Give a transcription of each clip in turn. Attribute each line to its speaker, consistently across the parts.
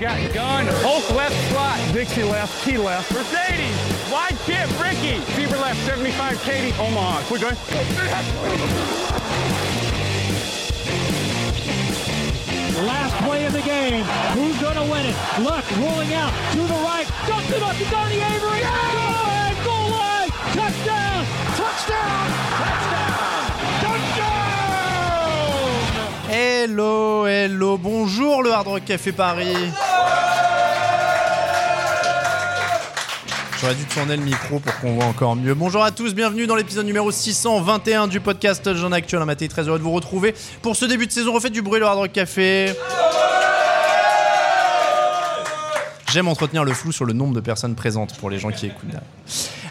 Speaker 1: Got gun, Hulk left slot, Dixie left, Key left, Mercedes, wide chip, Ricky, Fever left, 75, Katie, Omaha. Quick going.
Speaker 2: Last play of the game. Who's going to win it? Luck rolling out to the right. Dumps it up to Donnie Avery. Goal line, goal line. Touchdown. Touchdown. Touchdown. Touchdown.
Speaker 3: Hello, hello, bonjour le Hard Rock Café Paris. J'aurais dû tourner le micro pour qu'on voit encore mieux. Bonjour à tous, bienvenue dans l'épisode numéro 621 du podcast Jean Actuel. Maté, très heureux de vous retrouver. Pour ce début de saison, refaites du bruit le Hard Rock Café. J'aime entretenir le flou sur le nombre de personnes présentes pour les gens qui écoutent.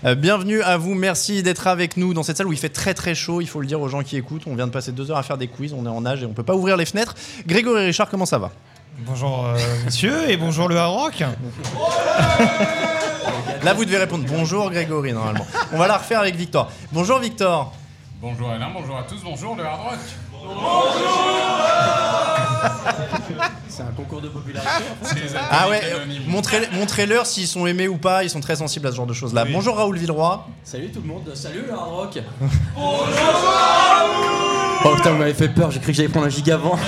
Speaker 3: Euh, bienvenue à vous, merci d'être avec nous dans cette salle où il fait très très chaud, il faut le dire aux gens qui écoutent. On vient de passer deux heures à faire des quiz, on est en âge et on peut pas ouvrir les fenêtres. Grégory Richard, comment ça va
Speaker 4: Bonjour euh, monsieur et bonjour le Hard Rock.
Speaker 3: Là, vous devez répondre bonjour Grégory normalement. On va la refaire avec Victor. Bonjour Victor.
Speaker 5: Bonjour Alain, bonjour à tous, bonjour le Hard Rock. C'est un
Speaker 3: Ah
Speaker 5: concours
Speaker 3: ouais,
Speaker 5: de popularité.
Speaker 3: euh, montrez- montrez-leur s'ils sont aimés ou pas, ils sont très sensibles à ce genre de choses là. Bonjour Raoul Villeroy.
Speaker 6: Salut tout le monde, salut le Hard Rock Oh putain, vous m'avez fait peur, j'ai cru que j'allais prendre un gig avant.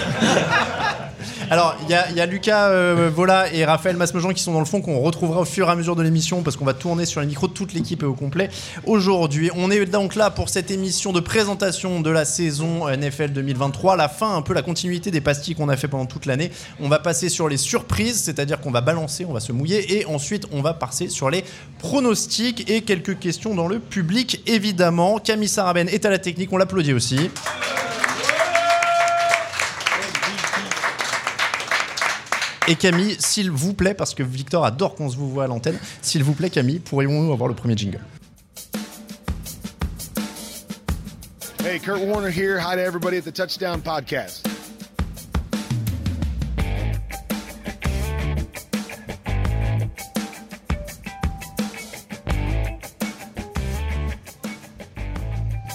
Speaker 3: Alors, il y, a- il y a Lucas euh, Vola et Raphaël Masmejean qui sont dans le fond, qu'on retrouvera au fur et à mesure de l'émission, parce qu'on va tourner sur les micros de toute l'équipe et au complet. Aujourd'hui, on est donc là pour cette émission de présentation de la saison NFL 2023, la fin, un peu la continuité des pastilles qu'on a fait pendant toute l'année. On va passer sur les surprises, c'est-à-dire qu'on va balancer, on va se mouiller, et ensuite on va passer sur les pronostics et quelques questions dans le public, évidemment. Camille Sarabène est à la technique, on l'applaudit aussi. Et Camille, s'il vous plaît, parce que Victor adore qu'on se vous voit à l'antenne, s'il vous plaît, Camille, pourrions-nous avoir le premier jingle
Speaker 7: Hey, Kurt Warner here. Hi to everybody at the Touchdown Podcast.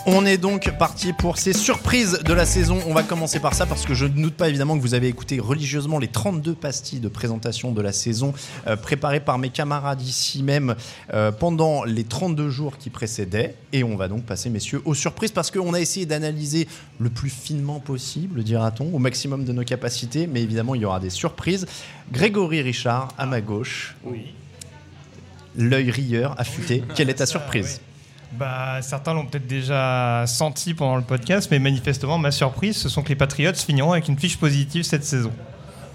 Speaker 3: On est donc parti pour ces surprises de la saison. On va commencer par ça parce que je ne doute pas évidemment que vous avez écouté religieusement les 32 pastilles de présentation de la saison euh, préparées par mes camarades ici même euh, pendant les 32 jours qui précédaient. Et on va donc passer, messieurs, aux surprises parce qu'on a essayé d'analyser le plus finement possible, dira-t-on, au maximum de nos capacités. Mais évidemment, il y aura des surprises. Grégory Richard, à ma gauche. Oui. L'œil rieur, affûté. Quelle est ta surprise
Speaker 4: Ah Bah certains l'ont peut-être déjà senti pendant le podcast, mais manifestement ma surprise, ce sont que les Patriots finiront avec une fiche positive cette saison.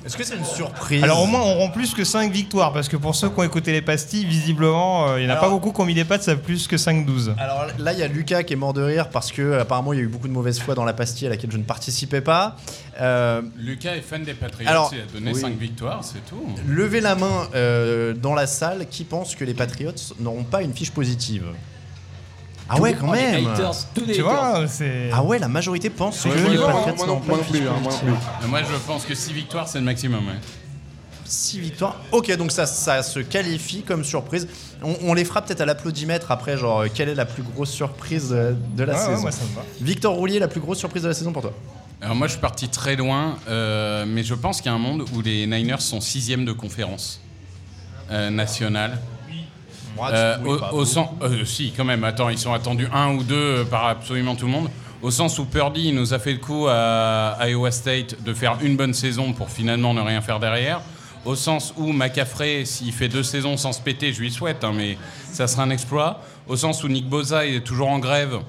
Speaker 3: Est-ce que c'est une surprise
Speaker 4: Alors au moins on rend plus que 5 victoires, parce que pour ceux qui ont écouté les pastilles, visiblement, euh, il n'y en a
Speaker 3: Alors-
Speaker 4: pas beaucoup qui ont mis des pattes, ça fait plus que 5-12.
Speaker 3: Alors là, il y a Lucas qui est mort de rire parce que euh, apparemment il y a eu beaucoup de mauvaise foi dans la pastille à laquelle je ne participais pas. Euh,
Speaker 5: Lucas est fan des Patriots,
Speaker 3: Alors,
Speaker 5: il a donné 5 victoires, c'est tout.
Speaker 3: levez la main euh, dans la salle qui pense que les Patriots n'auront pas une fiche positive. Ah ouais, quand
Speaker 6: Oh, les
Speaker 3: même.
Speaker 6: haters, tous les
Speaker 4: Tu
Speaker 6: haters.
Speaker 4: vois, c'est...
Speaker 3: Ah ouais, la majorité pense que
Speaker 5: Ouais,
Speaker 3: les
Speaker 5: moi,
Speaker 3: Patriots
Speaker 6: moi non-
Speaker 3: n'auront
Speaker 6: moi
Speaker 3: pas
Speaker 6: non
Speaker 3: une fiche
Speaker 6: plus, hein, moi non
Speaker 3: positive.
Speaker 5: Mais Moi je pense que 6 victoires c'est le maximum. ouais.
Speaker 3: 6 victoires. Ok, donc ça, ça se qualifie comme surprise. On, on les fera peut-être à l'applaudimètre après, genre, euh, quelle est la plus grosse surprise euh, de la
Speaker 4: Ouais, ouais,
Speaker 3: saison
Speaker 4: moi, ça me va. Euh,
Speaker 3: Victor Roulier, la plus grosse surprise de la saison pour toi
Speaker 5: Alors moi, je suis parti très loin, euh, mais je pense qu'il y a un monde où les Niners sont sixième de conférence euh, nationale. Euh, au, au sens, euh, si quand même. Attends, ils sont attendus un ou deux euh, par absolument tout le monde. Au sens où Purdy il nous a fait le coup à Iowa State de faire une bonne saison pour finalement ne rien faire derrière. Au sens où McCaffrey, s'il fait deux saisons sans se péter, je lui souhaite, hein, mais ça sera un exploit. Au sens où Nick Boza il est toujours en grève.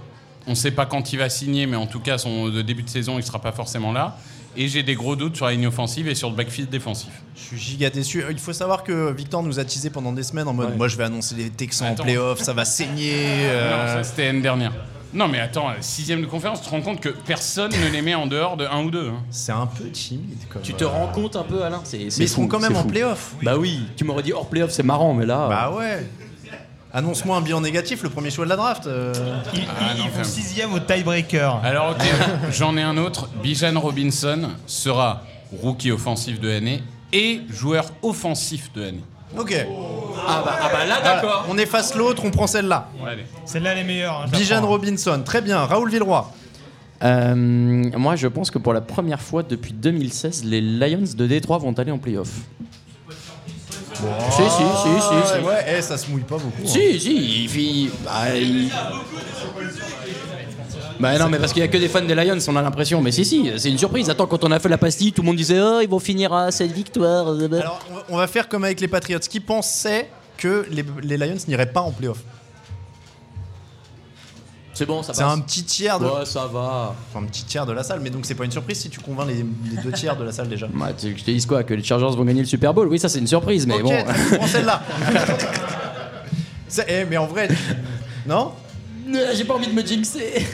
Speaker 5: On ne sait pas quand il va signer, mais en tout cas, son le début de saison, il ne sera pas forcément là. Et j'ai des gros doutes sur la ligne offensive et sur le backfield défensif.
Speaker 3: Je suis giga déçu. Il faut savoir que Victor nous a teasé pendant des semaines en mode moi je vais annoncer les Texans
Speaker 5: Attends.
Speaker 3: en playoff, ça va saigner.
Speaker 5: Non,
Speaker 3: euh,
Speaker 5: ça c'était l'année dernière. Non, mais attends, euh, sixième de conférence, tu te rends compte que personne ne les met en dehors de un ou deux. hein.
Speaker 3: c'est un peu timide comme.
Speaker 6: Tu te rends compte un peu, Alain C'est- c'est
Speaker 3: Mais ils seront
Speaker 6: fou,
Speaker 3: quand même
Speaker 6: c'est
Speaker 3: en
Speaker 6: fou.
Speaker 3: playoff.
Speaker 6: Bah oui, tu m'aurais dit hors playoff, c'est marrant, mais là.
Speaker 3: Bah ouais. Annonce-moi un bilan négatif, le premier choix de la draft. euh.
Speaker 4: Ils,
Speaker 5: Ah,
Speaker 4: ils-
Speaker 5: non,
Speaker 4: ils
Speaker 5: quand
Speaker 4: vont
Speaker 5: même.
Speaker 4: sixième au tiebreaker.
Speaker 5: Alors, ok, Euh, j'en ai un autre. Bijan Robinson sera rookie offensif de l'année et joueur offensif de l'année.
Speaker 3: Ok.
Speaker 6: Ah, bah, ah bah là,
Speaker 3: Voilà.
Speaker 6: d'accord.
Speaker 3: On efface l'autre, on prend celle-là.
Speaker 5: Allez.
Speaker 4: Celle-là, elle est meilleure. hein, je la
Speaker 3: Bijan
Speaker 4: prends.
Speaker 3: Robinson, très bien. Raoul Villeroy.
Speaker 6: Euh, moi, je pense que pour la première fois depuis 2016, les Lions de Détroit vont aller en playoff. Si, si, si, si, si.
Speaker 3: Ouais, ouais, eh, ça se mouille pas beaucoup. hein.
Speaker 6: Ah Si, si, il fit- Bah, il- Bah non, mais parce qu'il n'y a que des fans des Lions, on a l'impression. Mais si, si, c'est une surprise. Attends, quand on a fait la pastille, tout le monde disait Oh, ils vont finir à cette victoire.
Speaker 3: Alors, on va- on va faire comme avec les Patriots qui pensaient que les, les Lions n'iraient pas en playoff.
Speaker 6: C'est bon, ça
Speaker 3: C'est un petit tiers de.
Speaker 6: Bah, Ouais, ça va.
Speaker 3: Enfin, un petit tiers de la salle, mais donc c'est pas une surprise si tu convaincs les, les deux tiers de la salle déjà.
Speaker 6: Bah, tu, je te dis quoi Que les Chargers vont gagner le Super Bowl Oui, ça, c'est une surprise, mais
Speaker 3: ok,
Speaker 6: bon.
Speaker 3: tu prends celle-là. C'est- eh, mais en vrai, tu- non
Speaker 6: J'ai pas envie de me jinxer.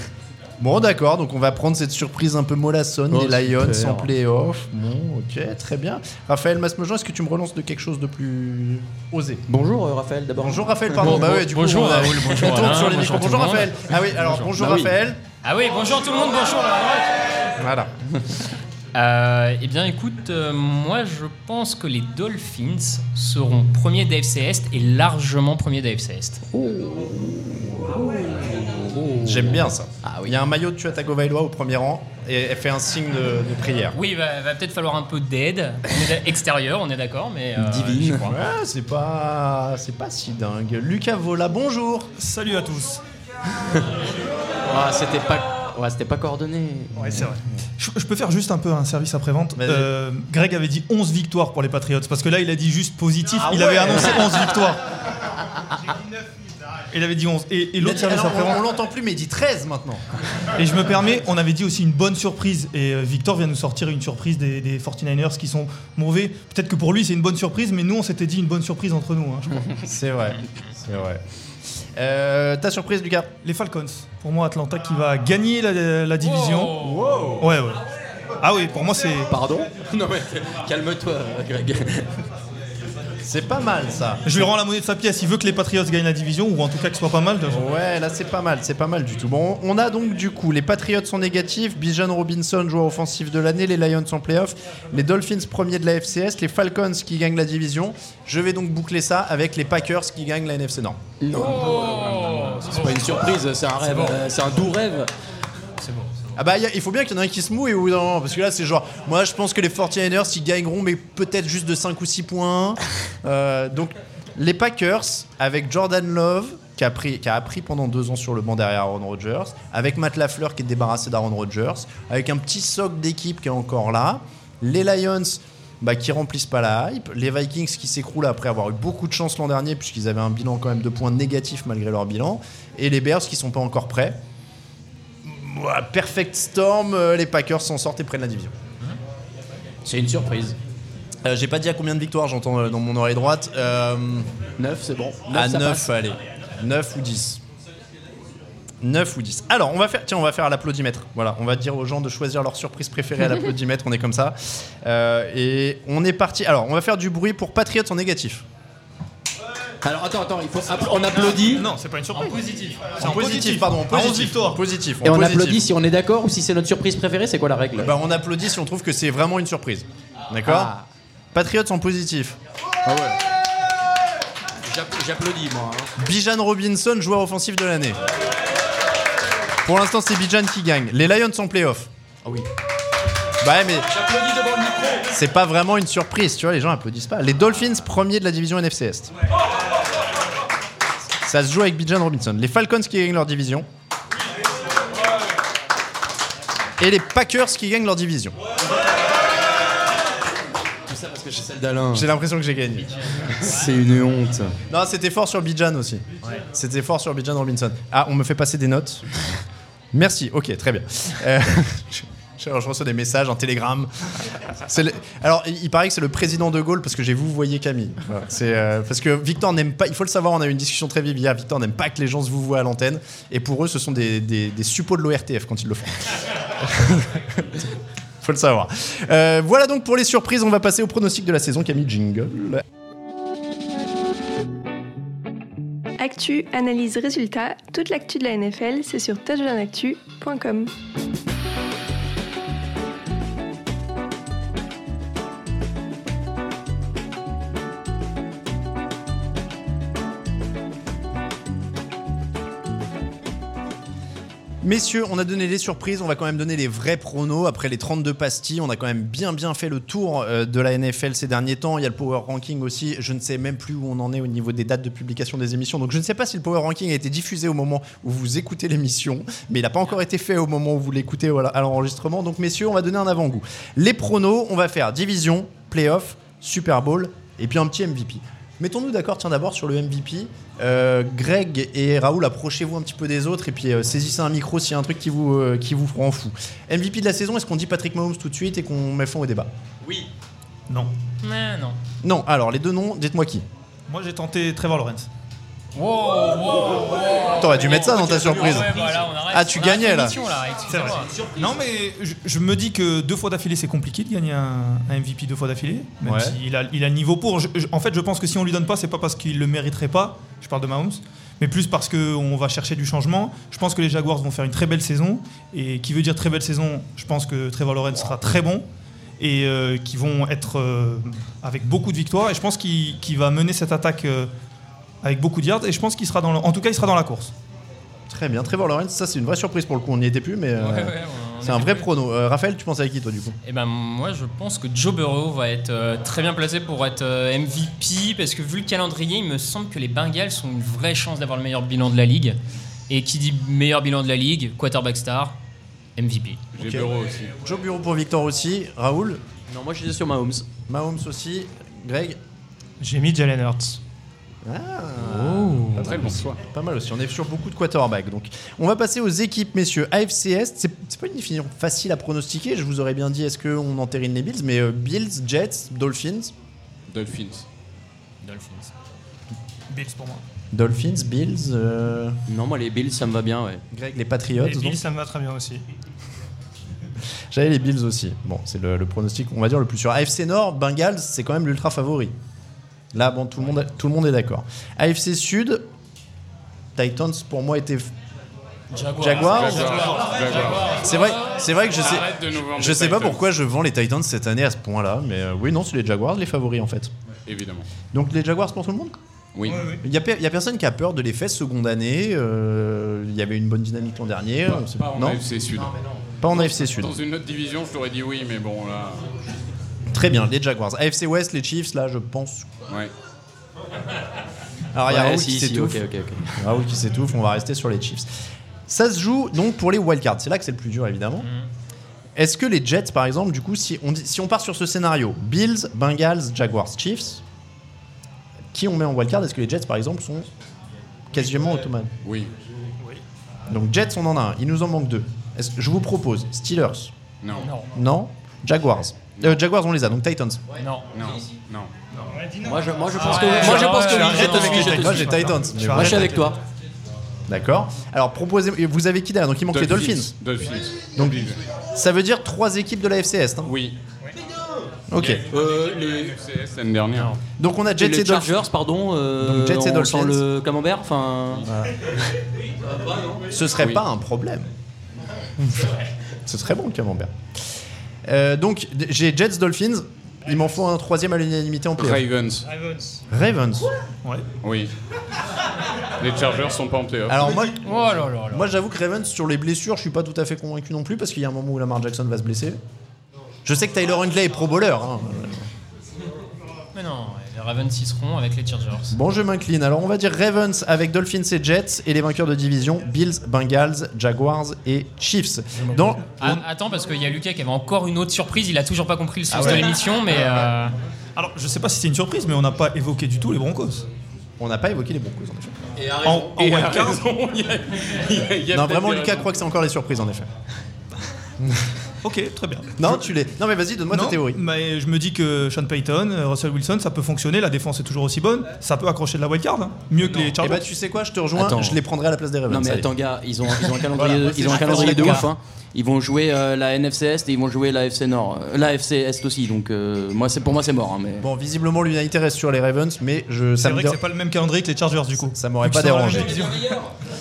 Speaker 3: Bon, d'accord, donc on va prendre cette surprise un peu mollassonne
Speaker 6: Oh,
Speaker 3: des Lions
Speaker 6: super.
Speaker 3: en playoff. Bon, ok, très bien. Raphaël Masmejean, est-ce que tu me relances de quelque chose de plus osé
Speaker 6: Bonjour, euh, Raphaël, d'abord.
Speaker 3: Bonjour Raphaël, pardon. bah ouais, du coup,
Speaker 8: bonjour,
Speaker 3: on a-
Speaker 8: Raoul, bonjour,
Speaker 3: on tourne
Speaker 8: Alain,
Speaker 3: sur les
Speaker 8: bonjour
Speaker 3: micros.
Speaker 8: tout le
Speaker 3: Bonjour
Speaker 8: monde.
Speaker 3: Raphaël. Ah oui, alors bonjour,
Speaker 6: Bah oui.
Speaker 3: Raphaël.
Speaker 8: Ah oui, bonjour tout le monde, bonjour la droite.
Speaker 3: Voilà.
Speaker 8: Euh, eh bien écoute, euh, moi je pense que les Dolphins seront premiers d'AFC Est et largement premiers d'AFC Est.
Speaker 3: J'aime bien ça. Il y a un maillot de Tuatagova au premier rang et elle fait un signe de, de prière.
Speaker 8: Oui, va, va peut-être falloir un peu d'aide. On est d'a- extérieur, on est d'accord, mais... euh, j'y
Speaker 6: Divine.
Speaker 8: crois.
Speaker 3: Ouais, c'est pas, c'est pas si dingue. Lucas Vola, bonjour.
Speaker 4: Salut à tous.
Speaker 6: Ah, c'était pas. Ouais, c'était pas coordonné.
Speaker 4: Ouais, c'est vrai. Je, je peux faire juste un peu un service après-vente.
Speaker 3: Vas-y.
Speaker 4: Euh, Greg avait dit 11 victoires pour les Patriots, parce que là, il a dit juste positif.
Speaker 3: Ah
Speaker 4: il
Speaker 3: ouais.
Speaker 4: avait annoncé 11 victoires. Il avait dit 11. Et, et l'autre service
Speaker 3: Alors, on, on
Speaker 4: après-vente.
Speaker 3: l'entend plus, mais il dit 13 maintenant.
Speaker 4: Et je me permets, on avait dit aussi une bonne surprise. Et euh, Victor vient nous sortir une surprise des, des 49ers qui sont mauvais. Peut-être que pour lui, c'est une bonne surprise, mais nous, on s'était dit une bonne surprise entre nous. hein, je crois.
Speaker 3: C'est vrai. C'est vrai. Euh, ta surprise, Lucas
Speaker 4: les Falcons. Pour moi, Atlanta qui va gagner la, la division. Ouais, ouais. Ah oui, pour moi, c'est.
Speaker 6: Pardon Non, mais calme-toi, Greg.
Speaker 3: C'est pas mal ça.
Speaker 4: Je lui rends la monnaie de sa pièce. Il veut que les Patriots gagnent la division, ou en tout cas qu'ils soient pas mal. de-
Speaker 3: Ouais, là c'est pas mal, c'est pas mal du tout. Bon, on a donc du coup les Patriots sont négatifs, Bijan Robinson joueur offensif de l'année, les Lions en playoff, les Dolphins premiers de la FCS, les Falcons qui gagnent la division. Je vais donc boucler ça avec les Packers qui gagnent la NFC Nord.
Speaker 6: C'est pas une surprise, c'est un rêve. euh, C'est un doux rêve.
Speaker 3: Ah bah y a- il faut bien qu'il y en ait un qui se mouille ou non, parce que là c'est genre, moi je pense que les 49ers ils gagneront mais peut-être juste de 5 ou 6 points. Euh, donc les Packers avec Jordan Love qui a, pris, qui a appris pendant deux ans sur le banc derrière Aaron Rodgers, avec Matt Lafleur qui est débarrassé d'Aaron Rodgers, avec un petit socle d'équipe qui est encore là, les Lions bah, qui remplissent pas la hype, les Vikings qui s'écroulent après avoir eu beaucoup de chance l'an dernier puisqu'ils avaient un bilan quand même de points négatifs malgré leur bilan, et les Bears qui sont pas encore prêts. Ouah, Perfect Storm, euh, les Packers s'en sortent et prennent la division.
Speaker 6: C'est une surprise.
Speaker 3: Euh, J'ai pas dit à combien de victoires j'entends euh, dans mon oreille droite. Euh,
Speaker 6: 9, c'est bon. Neuf,
Speaker 3: à
Speaker 6: ça
Speaker 3: 9,
Speaker 6: passe.
Speaker 3: allez. 9 ou 10. 9 ou 10. Alors, on va faire, tiens, on va faire à l'applaudimètre. Voilà, on va dire aux gens de choisir leur surprise préférée à l'applaudimètre, on est comme ça. Euh, et on est parti. Alors, on va faire du bruit pour Patriots en négatif.
Speaker 6: Alors attends, attends, il faut app- on applaudit.
Speaker 4: Non, c'est pas une surprise. positif.
Speaker 3: En positif, pardon, en positif.
Speaker 4: victoires.
Speaker 3: En positif. en
Speaker 6: Et on
Speaker 3: positif.
Speaker 6: applaudit si on est d'accord ou si c'est notre surprise préférée, c'est quoi la règle
Speaker 3: Bah, on applaudit si on trouve que c'est vraiment une surprise. D'accord
Speaker 6: Ah.
Speaker 3: Patriots en positif.
Speaker 6: J'app- J'applaudis, moi. hein.
Speaker 3: Bijan Robinson, joueur offensif de l'année. Pour l'instant, c'est Bijan qui gagne. Les Lions en playoff.
Speaker 6: Ah oui.
Speaker 3: Bah ouais, mais
Speaker 6: J'applaudis devant le micro.
Speaker 3: c'est pas vraiment une surprise, tu vois, les gens applaudissent pas. Les Dolphins, premier de la division NFC Est. Ça se joue avec Bijan Robinson. Les Falcons qui gagnent leur division. Et les Packers qui gagnent leur division.
Speaker 6: Tout ça parce que j'ai celle d'Alain.
Speaker 3: J'ai l'impression que j'ai gagné.
Speaker 6: C'est une honte.
Speaker 3: Non, c'était fort sur Bijan aussi. C'était fort sur Bijan Robinson. Ah, on me fait passer des notes. Merci, ok, très bien. Euh, je- je, je reçois des messages, un télégramme. C'est le- alors, il il paraît que c'est le président de Gaulle parce que j'ai vous voyez Camille. Voilà, c'est, euh, parce que Victor n'aime pas, il faut le savoir, on a eu une discussion très vive hier. Victor n'aime pas que les gens se vous voient à l'antenne. Et pour eux, ce sont des, des, des suppôts de l'ORTF quand ils le font. faut le savoir. Euh, voilà donc pour les surprises, on va passer au pronostic de la saison. Camille, jingle.
Speaker 9: Actu, analyse, résultat, toute l'actu de la NFL, c'est sur touchdownactu.com.
Speaker 3: Messieurs, on a donné les surprises, on va quand même donner les vrais pronos. Après les 32 pastilles, on a quand même bien bien fait le tour euh, de la NFL ces derniers temps. Il y a le Power Ranking aussi. Je ne sais même plus où on en est au niveau des dates de publication des émissions. Donc je ne sais pas si le Power Ranking a été diffusé au moment où vous écoutez l'émission, mais il n'a pas encore été fait au moment où vous l'écoutez voilà, à l'enregistrement. Donc messieurs, on va donner un avant-goût. Les pronos, on va faire division, playoff, Super Bowl et puis un petit MVP. Mettons-nous d'accord, tiens d'abord sur le MVP. Euh, Greg et Raoul, approchez-vous un petit peu des autres et puis euh, saisissez un micro s'il y a un truc qui vous, euh, qui vous rend fou. MVP de la saison, est-ce qu'on dit Patrick Mahomes tout de suite et qu'on met fin au débat
Speaker 6: Oui.
Speaker 4: Non.
Speaker 8: Ah, non.
Speaker 3: Non, alors les deux noms, dites-moi qui.
Speaker 4: Moi, j'ai tenté Trevor Lawrence.
Speaker 5: Wow, wow, wow.
Speaker 3: T'aurais dû mettre ça dans ta surprise.
Speaker 8: Ouais, voilà, on arrête.
Speaker 3: Ah, tu
Speaker 8: On arrête
Speaker 3: gagnais, là.
Speaker 8: l'émission,
Speaker 4: C'est vrai.
Speaker 8: excusez-moi.
Speaker 4: Non, mais je, je me dis que deux fois d'affilée, c'est compliqué de gagner un, un MVP deux fois d'affilée. Même
Speaker 3: Ouais.
Speaker 4: s'il a, il a le niveau pour. Je- je- en fait, je pense que si on lui donne pas, c'est pas parce qu'il le mériterait pas. Je parle de Mahomes. Mais plus parce qu'on va chercher du changement. Je pense que les Jaguars vont faire une très belle saison. Et qui veut dire très belle saison, je pense que Trevor Lawrence sera très bon. Et euh, qui vont être euh, avec beaucoup de victoires. Et je pense qu'il qu'il va mener cette attaque euh, avec beaucoup de yards. Et je pense qu'il sera dans le- en tout cas, il sera dans la course.
Speaker 3: Très bien, Trevor Lawrence, ça c'est une vraie surprise pour le coup, on n'y était plus, mais euh,
Speaker 8: Ouais, ouais, on- on
Speaker 3: c'est un
Speaker 8: est-
Speaker 3: vrai prono. Euh, Raphaël, tu pensais à qui toi du coup
Speaker 8: Eh ben moi je pense que Joe Burrow va être euh, très bien placé pour être euh, MVP parce que vu le calendrier, il me semble que les Bengals ont une vraie chance d'avoir le meilleur bilan de la ligue. Et qui dit meilleur bilan de la ligue, quarterback star, MVP.
Speaker 5: J'ai
Speaker 3: Ok.
Speaker 5: bureau aussi.
Speaker 3: Joe Bureau pour Victor aussi, Raoul,
Speaker 6: Non, moi, je suis sur Mahomes.
Speaker 3: Mahomes aussi, Greg.
Speaker 10: J'ai mis Jalen Hurts.
Speaker 3: Pas
Speaker 5: Très
Speaker 3: mal
Speaker 5: bon
Speaker 3: aussi.
Speaker 5: choix.
Speaker 3: Pas mal aussi. On est sur beaucoup de quarterbacks. Donc, on va passer aux équipes, messieurs. AFC Est, c'est c'est pas une définition facile à pronostiquer. Je vous aurais bien dit est-ce qu'on entérine les Bills, mais euh, Bills, Jets, Dolphins,
Speaker 5: Dolphins.
Speaker 8: Dolphins.
Speaker 4: Bills pour moi.
Speaker 3: Dolphins, Bills, euh,
Speaker 6: Non, moi, les Bills, ça me va bien, ouais.
Speaker 3: Greg, les Patriots.
Speaker 10: Et
Speaker 3: donc.
Speaker 10: Bills, ça me va très bien aussi.
Speaker 3: J'avais les Bills aussi. Bon, c'est le, le pronostic, on va dire, le plus sûr. AFC Nord, Bengals, c'est quand même l'ultra favori. Là, bon, tout le monde, tout le monde est d'accord. AFC Sud, Titans, pour moi, était. Jaguars.
Speaker 5: Jaguars. Jaguars.
Speaker 3: C'est vrai, c'est vrai que je sais.
Speaker 5: Arrête de nous vendre
Speaker 3: Je
Speaker 5: des
Speaker 3: sais pas
Speaker 5: Titans.
Speaker 3: pourquoi je vends les Titans cette année à ce point-là, mais euh, oui, non, c'est les Jaguars les favoris en fait.
Speaker 5: Évidemment.
Speaker 3: Donc les Jaguars pour tout le monde
Speaker 5: Oui.
Speaker 3: Il n'y a, pe- y a personne qui a peur de l'effet seconde année. euh, Il y avait une bonne dynamique l'an dernier. on sait-
Speaker 5: Pas en
Speaker 3: non,
Speaker 5: AFC Sud.
Speaker 3: pas en AFC Sud.
Speaker 5: Dans une autre division, je t'aurais dit oui, mais bon, là.
Speaker 3: Très bien, les Jaguars. AFC West, les Chiefs, là, je pense.
Speaker 5: Ouais.
Speaker 3: Alors Ah, il y a
Speaker 6: Ouais,
Speaker 3: Raoul
Speaker 6: si,
Speaker 3: qui
Speaker 6: si,
Speaker 3: s'étouffe.
Speaker 6: ok, ok, ok.
Speaker 3: Raoul qui s'étouffe, on va rester sur les Chiefs. Ça se joue donc pour les wildcards. C'est là que c'est le plus dur, évidemment. Est-ce que les Jets, par exemple, du coup, si on, dit- si on part sur ce scénario, Bills, Bengals, Jaguars, Chiefs, qui on met en wildcard Est-ce que les Jets, par exemple, sont quasiment automates
Speaker 5: Oui.
Speaker 3: Donc Jets, on en a un. Il nous en manque deux. Est-ce- je vous propose Steelers.
Speaker 5: Non. Non.
Speaker 3: Non. Jaguars. Euh, Jaguars, on les a. Donc Titans.
Speaker 8: Non.
Speaker 5: Non. Non.
Speaker 6: Moi, je, moi, je pense
Speaker 8: Ouais,
Speaker 6: que, moi, je
Speaker 8: ouais,
Speaker 6: pense que
Speaker 8: ouais,
Speaker 6: oui, je
Speaker 8: ouais,
Speaker 6: te suis,
Speaker 8: ouais,
Speaker 6: je te
Speaker 3: Moi,
Speaker 6: suis.
Speaker 3: j'ai Titans. mais
Speaker 6: Moi,
Speaker 3: bon.
Speaker 6: je suis avec toi.
Speaker 3: D'accord. Alors, proposez. Vous avez qui derrière Donc, il manque les Dolphins.
Speaker 5: Dolphins.
Speaker 3: Donc, ça veut dire trois équipes de la FCS.
Speaker 5: Oui.
Speaker 3: hein. Ok.
Speaker 6: Euh, les,
Speaker 5: FCS l'année dernière.
Speaker 3: Donc, on a Jets
Speaker 6: les
Speaker 3: et Dolphins.
Speaker 6: Chargers, pardon. euh,
Speaker 3: Donc, Jets et
Speaker 6: on
Speaker 3: Dolphins.
Speaker 6: sent le camembert, enfin.
Speaker 3: Ce serait
Speaker 5: Oui.
Speaker 3: pas un problème. Ce serait bon le camembert. Euh, donc d- j'ai Jets Dolphins. Il m'en faut un troisième à l'unanimité en playoff.
Speaker 5: Ravens.
Speaker 10: Ravens.
Speaker 3: Ravens.
Speaker 10: Ouais.
Speaker 5: Oui. Les Chargers sont pas en playoff.
Speaker 3: Alors moi,
Speaker 8: Oh
Speaker 3: moi j'avoue que Ravens sur les blessures, je suis pas tout à fait convaincu non plus parce qu'il y a un moment où Lamar Jackson va se blesser. Je sais que Tyler Huntley est pro bowler. hein.
Speaker 8: Mais non, les Ravens ils seront avec les Chargers.
Speaker 3: Bon, je m'incline. Alors on va dire Ravens avec Dolphins et Jets et les vainqueurs de division Bills, Bengals, Jaguars et Chiefs. Dans
Speaker 8: Ah, attends, parce qu'il y a Lucas qui avait encore une autre surprise. Il a toujours pas compris le sens
Speaker 4: Ah ouais.
Speaker 8: de l'émission, mais. euh,
Speaker 4: Alors, je sais pas si c'est une surprise, mais on n'a pas évoqué du tout les Broncos.
Speaker 3: On n'a pas évoqué les Broncos, en effet.
Speaker 5: Et
Speaker 4: à raison. En- en
Speaker 5: Et à
Speaker 4: wildcard.
Speaker 5: raison, il y a- il y a- il y a
Speaker 3: non,
Speaker 5: peut-être
Speaker 3: vraiment
Speaker 5: des
Speaker 3: Lucas
Speaker 5: raisons.
Speaker 3: croit que c'est encore les surprises en effet.
Speaker 4: ok, très bien.
Speaker 3: Non, tu l'es. Non, mais vas-y, donne-moi ta
Speaker 4: Non,
Speaker 3: théorie.
Speaker 4: Mais je me dis que Sean Payton, euh, Russell Wilson, ça peut fonctionner. La défense est toujours aussi bonne. Ça peut accrocher de la wildcard. hein. Mieux que les Chargers.
Speaker 3: Eh ben, tu sais quoi, je te rejoins.
Speaker 4: Attends.
Speaker 3: Je les prendrai à la place des Ravens.
Speaker 6: Non mais
Speaker 3: ça y est.
Speaker 6: attends gars, ils ont, ils ont un calendrier,
Speaker 3: Voilà, Ah,
Speaker 6: de, ils ont un
Speaker 3: c'est-
Speaker 6: calendrier de
Speaker 3: c'est-
Speaker 6: ouf. hein. Ils vont jouer euh, la NFC Est et ils vont jouer la FC Nord, Euh, la FC Est aussi. Donc euh, moi c'est pour moi c'est mort. hein, mais
Speaker 3: Bon, visiblement l'unanimité reste sur les Ravens, mais je.
Speaker 4: C'est
Speaker 3: ça me
Speaker 4: vrai que
Speaker 3: déra-
Speaker 4: c'est pas le même calendrier que les Chargers du coup.
Speaker 3: Ça m'aurait
Speaker 4: Vu que
Speaker 3: pas
Speaker 4: c'est dans la
Speaker 3: dérangé.
Speaker 4: même division.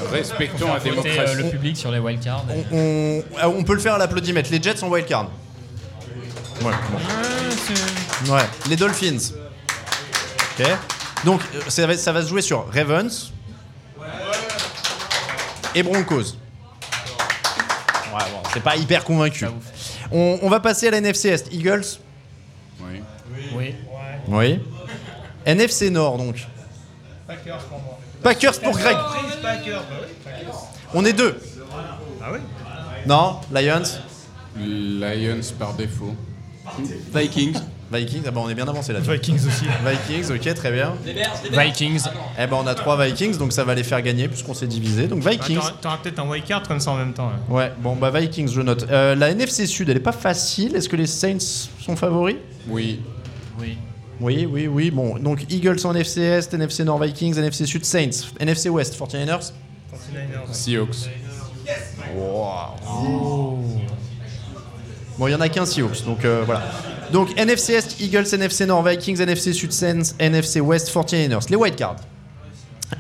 Speaker 5: Respectons la
Speaker 8: voter, euh,
Speaker 5: démocratie.
Speaker 8: le public sur les wildcards. euh.
Speaker 3: On, ah, on peut le faire à l'applaudimètre. Les Jets en wildcard. Ouais. bon. Ouais. Les Dolphins. Ok. Donc euh, ça va, ça va se jouer sur Ravens. Et Broncos. Ouais, bon, c'est pas hyper convaincu. On, on va passer à la NFC Est. Eagles.
Speaker 8: euh,
Speaker 5: Oui.
Speaker 8: Oui.
Speaker 3: Oui. NFC Nord donc.
Speaker 10: Packers pour moi.
Speaker 3: Packers pour Greg.
Speaker 10: Surprise, Packers. Bah oui, Packers.
Speaker 3: On est deux.
Speaker 10: Ah oui
Speaker 3: Non, Lions.
Speaker 5: Lions par défaut.
Speaker 3: Vikings. Vikings, ah bah on est bien avancé là.
Speaker 4: Vikings aussi.
Speaker 3: Vikings, ok, très bien.
Speaker 8: Vikings.
Speaker 3: Eh ben on a trois Vikings, donc ça va les faire gagner puisqu'on s'est divisé. Donc Vikings.
Speaker 10: Bah, t'auras- T'auras peut-être un wildcard comme ça en même temps. hein.
Speaker 3: Ouais, bon bah Vikings, je note. Euh, la NFC Sud, elle est pas facile. Est-ce que les Saints sont favoris
Speaker 5: Oui.
Speaker 8: Oui.
Speaker 3: Oui, oui, oui. Bon, donc Eagles en NFC Est, NFC Nord Vikings, NFC Sud Saints, NFC West 49ers.
Speaker 10: 49ers.
Speaker 5: Seahawks.
Speaker 3: Bon, il y en a qu'un Seahawks, donc euh, voilà. Donc NFC Est, Eagles, NFC Nord, Vikings, NFC Sud, Saints, NFC West, 49ers. Les wildcards.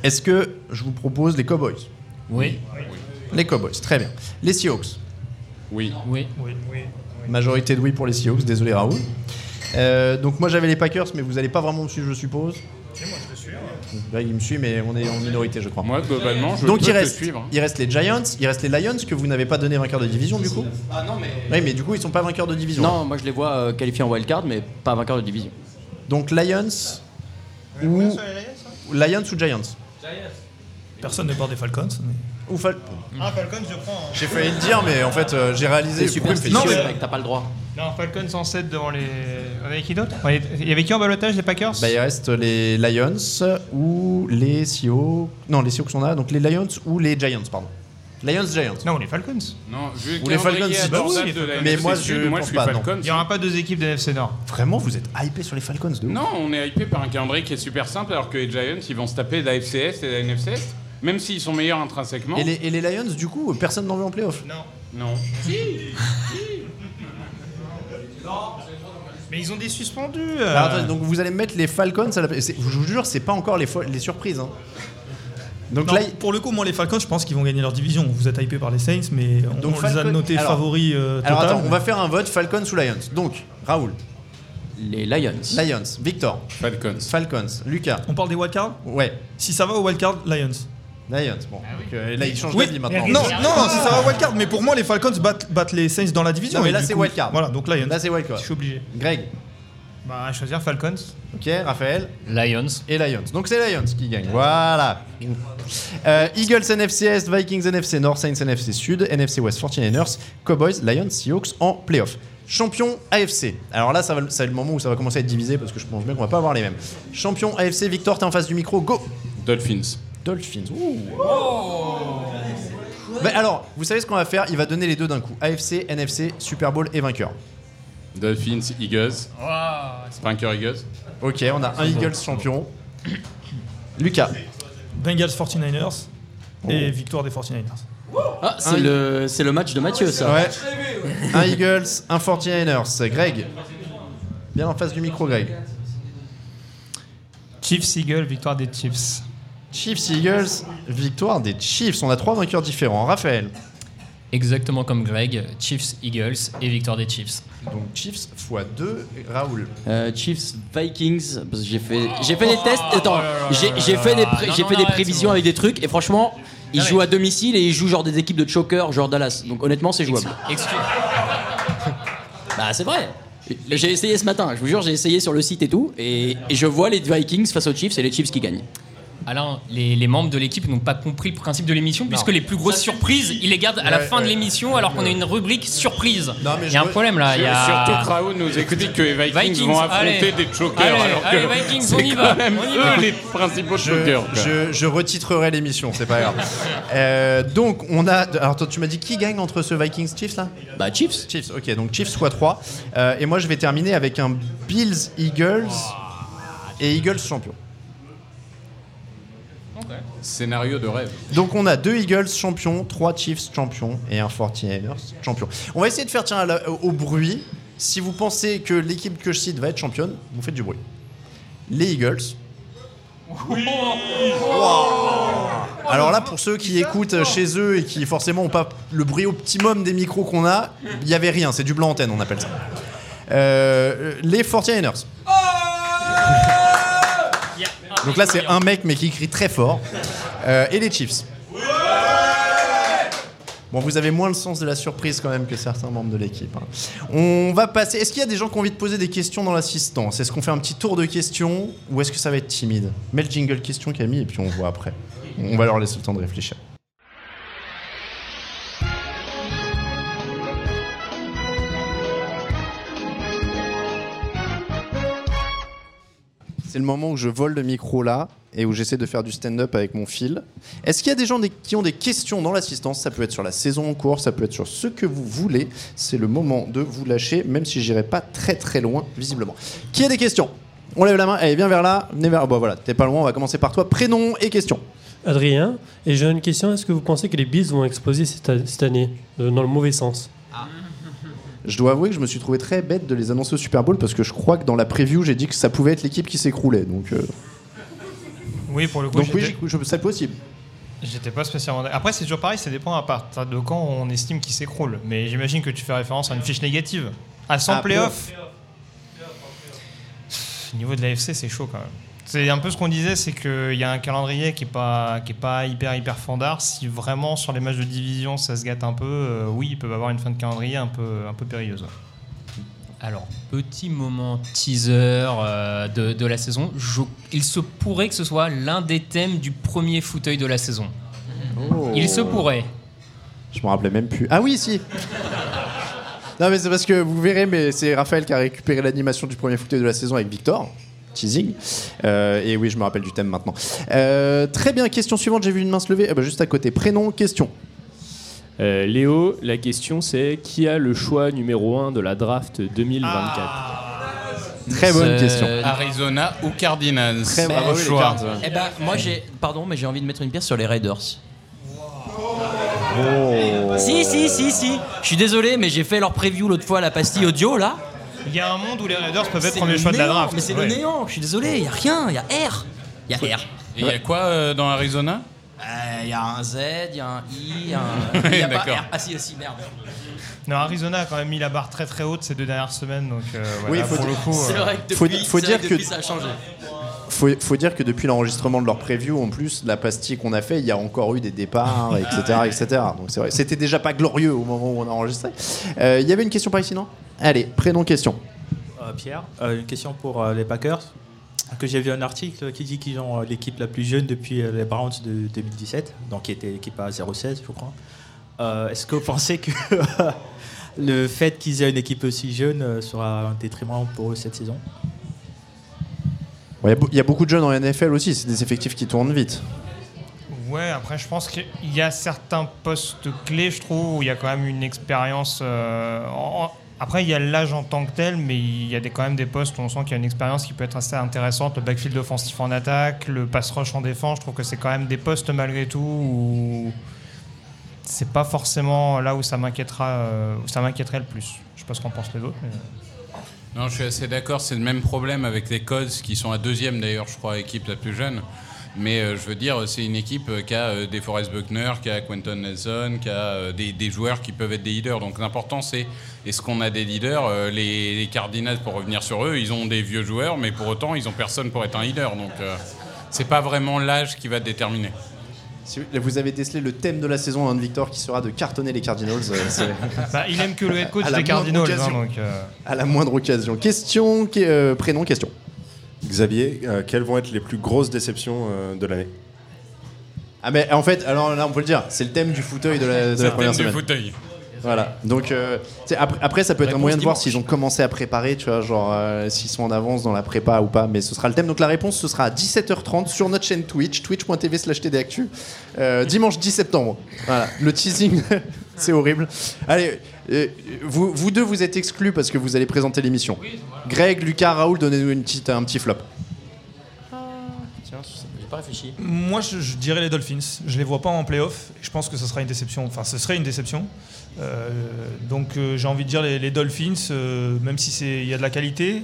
Speaker 3: Est-ce que je vous propose les Cowboys
Speaker 8: Oui.
Speaker 3: Les Cowboys, très bien. Les Seahawks.
Speaker 5: Oui.
Speaker 8: Oui.
Speaker 10: Oui, oui.
Speaker 3: Majorité de oui pour les Seahawks, désolé Raoul. Euh, donc moi j'avais les Packers, mais vous allez pas vraiment me suivre, je suppose. Là, il me suit, mais on est en minorité, je crois.
Speaker 5: Moi, globalement, je
Speaker 3: Donc
Speaker 5: peux
Speaker 3: il
Speaker 5: te
Speaker 3: reste,
Speaker 5: suivre. hein.
Speaker 3: il reste les Giants, il reste les Lions que vous n'avez pas donné vainqueur de division du coup.
Speaker 6: Ah non mais.
Speaker 3: Oui, mais du coup ils sont pas vainqueurs de division.
Speaker 6: Non, moi je les vois euh, qualifiés en wildcard mais pas vainqueurs de division.
Speaker 3: Donc Lions ou Lions ou Giants.
Speaker 4: Personne ne porte des Falcons. mais-
Speaker 3: Ou Fal-
Speaker 10: Ah, Falcons, je prends. hein.
Speaker 3: J'ai failli le dire, mais en fait euh, j'ai réalisé.
Speaker 6: C'est
Speaker 3: pourquoi il me fait
Speaker 6: superstitieux,
Speaker 3: chier.
Speaker 6: mec, t'as pas le droit.
Speaker 10: Non, Falcons en 7 devant les. On avait qui d'autre On avait- Il y avait qui en balotage Les Packers
Speaker 3: Bah, il reste les Lions ou les Seahawks. Non, les Seahawks on a, donc les Lions ou les Giants, pardon. Lions, Giants.
Speaker 10: Non, les Falcons.
Speaker 5: Non, vu
Speaker 3: Ou les
Speaker 5: calendrier
Speaker 3: Falcons, si- bah
Speaker 5: abordable
Speaker 3: oui,
Speaker 5: de la
Speaker 3: mais
Speaker 5: NFC
Speaker 3: moi,
Speaker 5: Sud,
Speaker 3: je
Speaker 5: moi,
Speaker 3: pense
Speaker 5: je suis
Speaker 3: pas, non.
Speaker 5: Falcons.
Speaker 10: Il n'y aura pas deux équipes de NFC Nord.
Speaker 3: Vraiment, vous êtes hypé sur les Falcons de ouf.
Speaker 5: Non, on est hypé par un calendrier qui est super simple, alors que les Giants, ils vont se taper de la FCS et de la NFCS, même s'ils sont meilleurs intrinsèquement.
Speaker 3: Et les, et les Lions, du coup, personne n'en veut en playoff.
Speaker 5: Non.
Speaker 10: Mais ils ont des suspendus. euh.
Speaker 4: Bah,
Speaker 3: Alors, attendez, donc vous allez mettre les Falcons à la... c'est- Je vous jure, c'est pas encore les, fo- les surprises. hein. Donc
Speaker 4: Non,
Speaker 3: là,
Speaker 4: pour le coup, moi, les Falcons, je pense qu'ils vont gagner leur division. Vous êtes hypé par les Saints, mais on,
Speaker 3: Donc
Speaker 4: on les a
Speaker 3: Falcon-
Speaker 4: notés
Speaker 3: alors-
Speaker 4: favoris euh,
Speaker 3: alors
Speaker 4: total.
Speaker 3: attends, on va faire un vote Falcons ou Lions. Donc, Raoul,
Speaker 6: Les Lions.
Speaker 3: Lions, Victor,
Speaker 5: Falcons.
Speaker 3: Falcons, Lucas,
Speaker 4: On parle des wildcards
Speaker 3: ouais,
Speaker 4: Si ça va au wildcard, Lions.
Speaker 3: Lions. Bon, donc, euh, là, il change
Speaker 4: Oui.
Speaker 3: d'avis maintenant.
Speaker 4: Non, non, si ça va au wildcard, mais pour moi, les Falcons battent, battent les Saints dans la division.
Speaker 3: Non, mais
Speaker 4: et
Speaker 3: là,
Speaker 4: du
Speaker 3: c'est
Speaker 4: coup,
Speaker 3: wildcard.
Speaker 4: Voilà, donc Lions.
Speaker 3: Là, c'est Wildcard.
Speaker 4: Je suis obligé.
Speaker 3: Greg,
Speaker 10: Bah, à choisir Falcons.
Speaker 3: ok, Raphaël
Speaker 8: Lions.
Speaker 3: et Lions. Donc c'est Lions qui gagne. Voilà. Euh, Eagles NFC Est, Vikings NFC Nord, Saints NFC Sud, NFC West 49ers, Cowboys, Lions, Seahawks en playoff. Champion AFC. Alors là, ça va, ça va être le moment où ça va commencer à être divisé parce que je pense bien qu'on va pas avoir les mêmes. Champion AFC, Victor, t'es en face du micro, go
Speaker 5: Dolphins.
Speaker 3: Dolphins. Ouh. Mais alors, vous savez ce qu'on va faire Il va donner les deux d'un coup. AFC, NFC, Super Bowl et vainqueur.
Speaker 5: Dolphins, Eagles. Vainqueur Eagles.
Speaker 3: Ok, on a un Eagles champion. Lucas.
Speaker 4: Bengals 49ers et
Speaker 3: Oh.
Speaker 4: victoire des 49ers.
Speaker 6: Ah c'est
Speaker 3: Un-
Speaker 6: le c'est le match de Mathieu ça.
Speaker 3: Ouais. Ah. Un Eagles, un 49ers. Greg. Bien en face du micro, Greg.
Speaker 10: Chiefs, Eagles, victoire des Chiefs.
Speaker 3: Chiefs, Eagles, victoire des Chiefs. On a trois vainqueurs différents. Raphaël.
Speaker 11: Exactement comme Greg, Chiefs, Eagles et victoire des Chiefs.
Speaker 3: Donc Chiefs x 2, Raoul.
Speaker 6: Euh, Chiefs, Vikings, parce que j'ai fait, j'ai fait des
Speaker 11: Oh,
Speaker 6: tests. Attends, j'ai j'ai fait des, pré-
Speaker 11: Non,
Speaker 6: j'ai
Speaker 11: non,
Speaker 6: fait des
Speaker 11: arrête, c'est
Speaker 6: prévisions avec des trucs et franchement, ils jouent à domicile et ils jouent genre des équipes de choker, genre Dallas. Donc honnêtement, c'est jouable. Bah c'est vrai. J'ai essayé ce matin. Je vous jure, j'ai essayé sur le site et tout, et, et je vois les Vikings face aux Chiefs et les Chiefs qui gagnent.
Speaker 11: Alain, les, les membres de l'équipe n'ont pas compris le principe de l'émission puisque les plus grosses surprises, ils les gardent à la
Speaker 5: Ouais,
Speaker 11: fin de
Speaker 5: ouais.
Speaker 11: l'émission alors qu'on a une rubrique surprise.
Speaker 5: mais
Speaker 11: Il y
Speaker 5: je
Speaker 11: a un
Speaker 5: veux-
Speaker 11: problème là. il y a-
Speaker 5: Surtout que Raoul nous explique que les Vikings, vont affronter
Speaker 11: allez.
Speaker 5: des chokers.
Speaker 11: Allez,
Speaker 5: alors que
Speaker 11: allez, Vikings, on
Speaker 5: c'est
Speaker 11: y
Speaker 5: quand
Speaker 11: va,
Speaker 5: même
Speaker 11: on y
Speaker 5: eux
Speaker 11: va.
Speaker 5: les principaux
Speaker 3: Je,
Speaker 5: chokers. quoi.
Speaker 3: je, je retitrerai l'émission, c'est pas grave. Euh, donc on a. Alors toi, tu m'as dit qui gagne entre ce Vikings Chiefs là
Speaker 6: Bah Chiefs.
Speaker 3: Chiefs, ok, donc Chiefs x 3. et moi je vais terminer avec un Bills Eagles et Eagles champion.
Speaker 5: Scénario de rêve.
Speaker 3: Donc on a deux Eagles champions, trois Chiefs champions et un 49ers champion. On va essayer de faire tiens, à la- au, au bruit. Si vous pensez que l'équipe que je cite va être championne, vous faites du bruit. Les Eagles. Alors là, pour ceux qui écoutent chez eux et qui forcément ont pas le bruit optimum des micros qu'on a, il y avait rien. C'est du blanc antenne, on appelle ça. Euh, les 49ers. Donc là, c'est un mec, mais qui crie très fort. Euh, et les Chiefs. Bon, vous avez moins le sens de la surprise quand même que certains membres de l'équipe. hein. On va passer. Est-ce qu'il y a des gens qui ont envie de poser des questions dans l'assistance Est-ce qu'on fait un petit tour de questions ou est-ce que ça va être timide Mets le jingle question Camille et puis on voit après. On va leur laisser le temps de réfléchir. C'est le moment où je vole le micro là et où j'essaie de faire du stand-up avec mon fil. Est-ce qu'il y a des gens des- qui ont des questions dans l'assistance Ça peut être sur la saison en cours, ça peut être sur ce que vous voulez. C'est le moment de vous lâcher, même si j'irai pas très très loin visiblement. Qui a des questions On lève la main, allez viens vers là, venez vers. Bon voilà, t'es pas loin, on va commencer par toi. Prénom et question.
Speaker 12: Adrien, et j'ai une question. Est-ce que vous pensez que les Bills vont exploser cette, a- cette année euh, dans le mauvais sens
Speaker 3: Je dois avouer que je me suis trouvé très bête de les annoncer au Super Bowl parce que je crois que dans la preview j'ai dit que ça pouvait être l'équipe qui s'écroulait. Donc, euh,
Speaker 4: Oui, pour le coup,
Speaker 3: donc oui,
Speaker 4: j'étais-
Speaker 3: j'y- je- c'est possible.
Speaker 4: j'étais pas spécialement. d'ac- Après, c'est toujours pareil, ça dépend à partir de quand on estime qu'il s'écroule. Mais j'imagine que tu fais référence à une fiche négative. À 100
Speaker 3: Ah,
Speaker 4: playoffs. Au niveau de l'AFC, c'est chaud quand même. C'est un peu ce qu'on disait, c'est qu'il y a un calendrier qui est pas, qui est pas hyper, hyper fandard. Si vraiment sur les matchs de division ça se gâte un peu, euh, oui, ils peuvent avoir une fin de calendrier un peu, un peu périlleuse.
Speaker 11: Alors, petit moment teaser euh, de, de la saison. Je- il se pourrait que ce soit l'un des thèmes du premier fauteuil de la saison. Il se pourrait.
Speaker 3: Je me rappelais même plus. Ah oui, si Non, mais c'est parce que vous verrez, mais c'est Raphaël qui a récupéré l'animation du premier fauteuil de la saison avec Victor. Teasing. Euh, et oui, je me rappelle du thème maintenant. Euh, très bien, question suivante. J'ai vu une main se lever. Eh ben, juste à côté. Prénom, question.
Speaker 13: Euh, Léo, la question c'est qui a le choix numéro 1 de la draft 2024
Speaker 3: Très
Speaker 5: C'est
Speaker 13: Euh,
Speaker 11: Ah.
Speaker 5: Arizona ou Cardinals
Speaker 6: bon
Speaker 5: Au choix.
Speaker 6: Eh ben, moi j'ai, pardon, mais j'ai envie de mettre une pierre sur les Raiders. Si, si, si, si. Je suis désolé, mais j'ai fait leur preview l'autre fois à la pastille audio là.
Speaker 4: Il y a un monde où les Raiders peuvent être
Speaker 6: C'est
Speaker 4: prendre le
Speaker 6: le
Speaker 4: choix de la
Speaker 6: néant,
Speaker 4: draft.
Speaker 6: mais c'est
Speaker 4: Ouais.
Speaker 6: le néant. Je suis désolé, y a rien, y a R, y a R.
Speaker 5: Et il y a quoi euh, dans Arizona
Speaker 6: Il Euh, y a un Z, il y a un I, y a un.
Speaker 5: Ouais,
Speaker 6: y a pas
Speaker 5: d'accord.
Speaker 6: R. Ah si, si, merde.
Speaker 4: Non, Arizona a quand même mis la barre très très haute ces deux dernières semaines, donc euh,
Speaker 3: Oui,
Speaker 4: voilà,
Speaker 3: faut
Speaker 4: pour
Speaker 3: dire-
Speaker 4: le coup.
Speaker 3: c'est
Speaker 4: euh,
Speaker 3: vrai que Faut- depuis- faut c'est dire vrai que que- depuis, ça
Speaker 6: Ça a changé.
Speaker 3: Faut, faut dire que depuis l'enregistrement de leur preview, en plus, la pastille qu'on a fait, il y a encore eu des départs, etc. etc. Donc c'est vrai. C'était déjà pas glorieux au moment où on a enregistré. Euh, Il y avait une question par ici, non Allez, prénom, question.
Speaker 14: Euh, Pierre, euh, une question pour euh, les Packers. Que j'ai vu un article qui dit qu'ils ont euh, l'équipe la plus jeune depuis euh, les Browns de 2017, donc qui était l'équipe à 0,16, je crois. Euh, Est-ce que vous pensez que le fait qu'ils aient une équipe aussi jeune euh, sera un détriment pour eux cette saison
Speaker 3: Bon, Il y a beau- il y, a beaucoup de jeunes en NFL aussi. C'est des effectifs qui tournent vite.
Speaker 4: Ouais, après, je pense qu'il y a certains postes clés, je trouve, où il y a quand même une expérience. euh, en- en- Après, il y a l'âge en tant que tel, mais il y a des, quand même des postes où on sent qu'il y a une expérience qui peut être assez intéressante. Le backfield offensif en attaque, le pass rush en défense, je trouve que c'est quand même des postes malgré tout où c'est pas forcément là où ça m'inquiétera, euh, où ça m'inquiéterait le plus. Je sais pas ce qu'en pensent les autres. mais- euh,
Speaker 5: Non, je suis assez d'accord. C'est le même problème avec les Codes qui sont à deuxième d'ailleurs, je crois, équipe la plus jeune. Mais euh, je veux dire, c'est une équipe euh, qui a euh, des Forrest Buckner, qui a Quentin Nelson, qui a euh, des, des joueurs qui peuvent être des leaders. Donc l'important, c'est est-ce qu'on a des leaders Euh, les, les Cardinals, pour revenir sur eux, ils ont des vieux joueurs, mais pour autant, ils ont personne pour être un leader. Donc euh, c'est pas vraiment l'âge qui va déterminer.
Speaker 3: Si vous avez décelé le thème de la saison 1 de Victor qui sera de cartonner les Cardinals. euh, c'est-
Speaker 4: Bah, il aime que le head coach
Speaker 3: À la
Speaker 4: des Cardinals,
Speaker 3: moindre occasion.
Speaker 4: hein, donc, euh.
Speaker 3: À la moindre occasion. Question, qui- euh, prénom, question.
Speaker 15: Xavier, euh, quelles vont être les plus grosses déceptions euh, de l'année
Speaker 3: Ah mais en fait, alors là on peut le dire, c'est le thème du fauteuil de la, de
Speaker 15: C'est
Speaker 3: la
Speaker 15: le
Speaker 3: première
Speaker 15: thème du
Speaker 3: semaine.
Speaker 5: fauteuil.
Speaker 3: Voilà. Donc euh, tu sais, après, après, ça peut être un
Speaker 15: Réponse
Speaker 3: moyen de voir
Speaker 15: dimanche.
Speaker 3: s'ils ont commencé à préparer, tu vois, genre euh, s'ils sont en avance dans la prépa ou pas. Mais ce sera le thème. Donc la réponse ce sera à 17h30 sur notre chaîne Twitch, twitch.tv/tdactu, euh, dimanche 10 septembre. Voilà. Le teasing, c'est horrible. Allez, euh, vous, vous deux vous êtes exclus parce que vous allez présenter l'émission. Greg, Lucas, Raoul, donnez-nous une petite, un petit flop.
Speaker 16: Tiens, j'ai pas réfléchi.
Speaker 17: Moi, je, je dirais les Dolphins. Je les vois pas en playoff. Je pense que ce sera une déception. Enfin, ce serait une déception. Euh, donc, euh, j'ai envie de dire les, les Dolphins, euh, même si c'est- il y a de la qualité.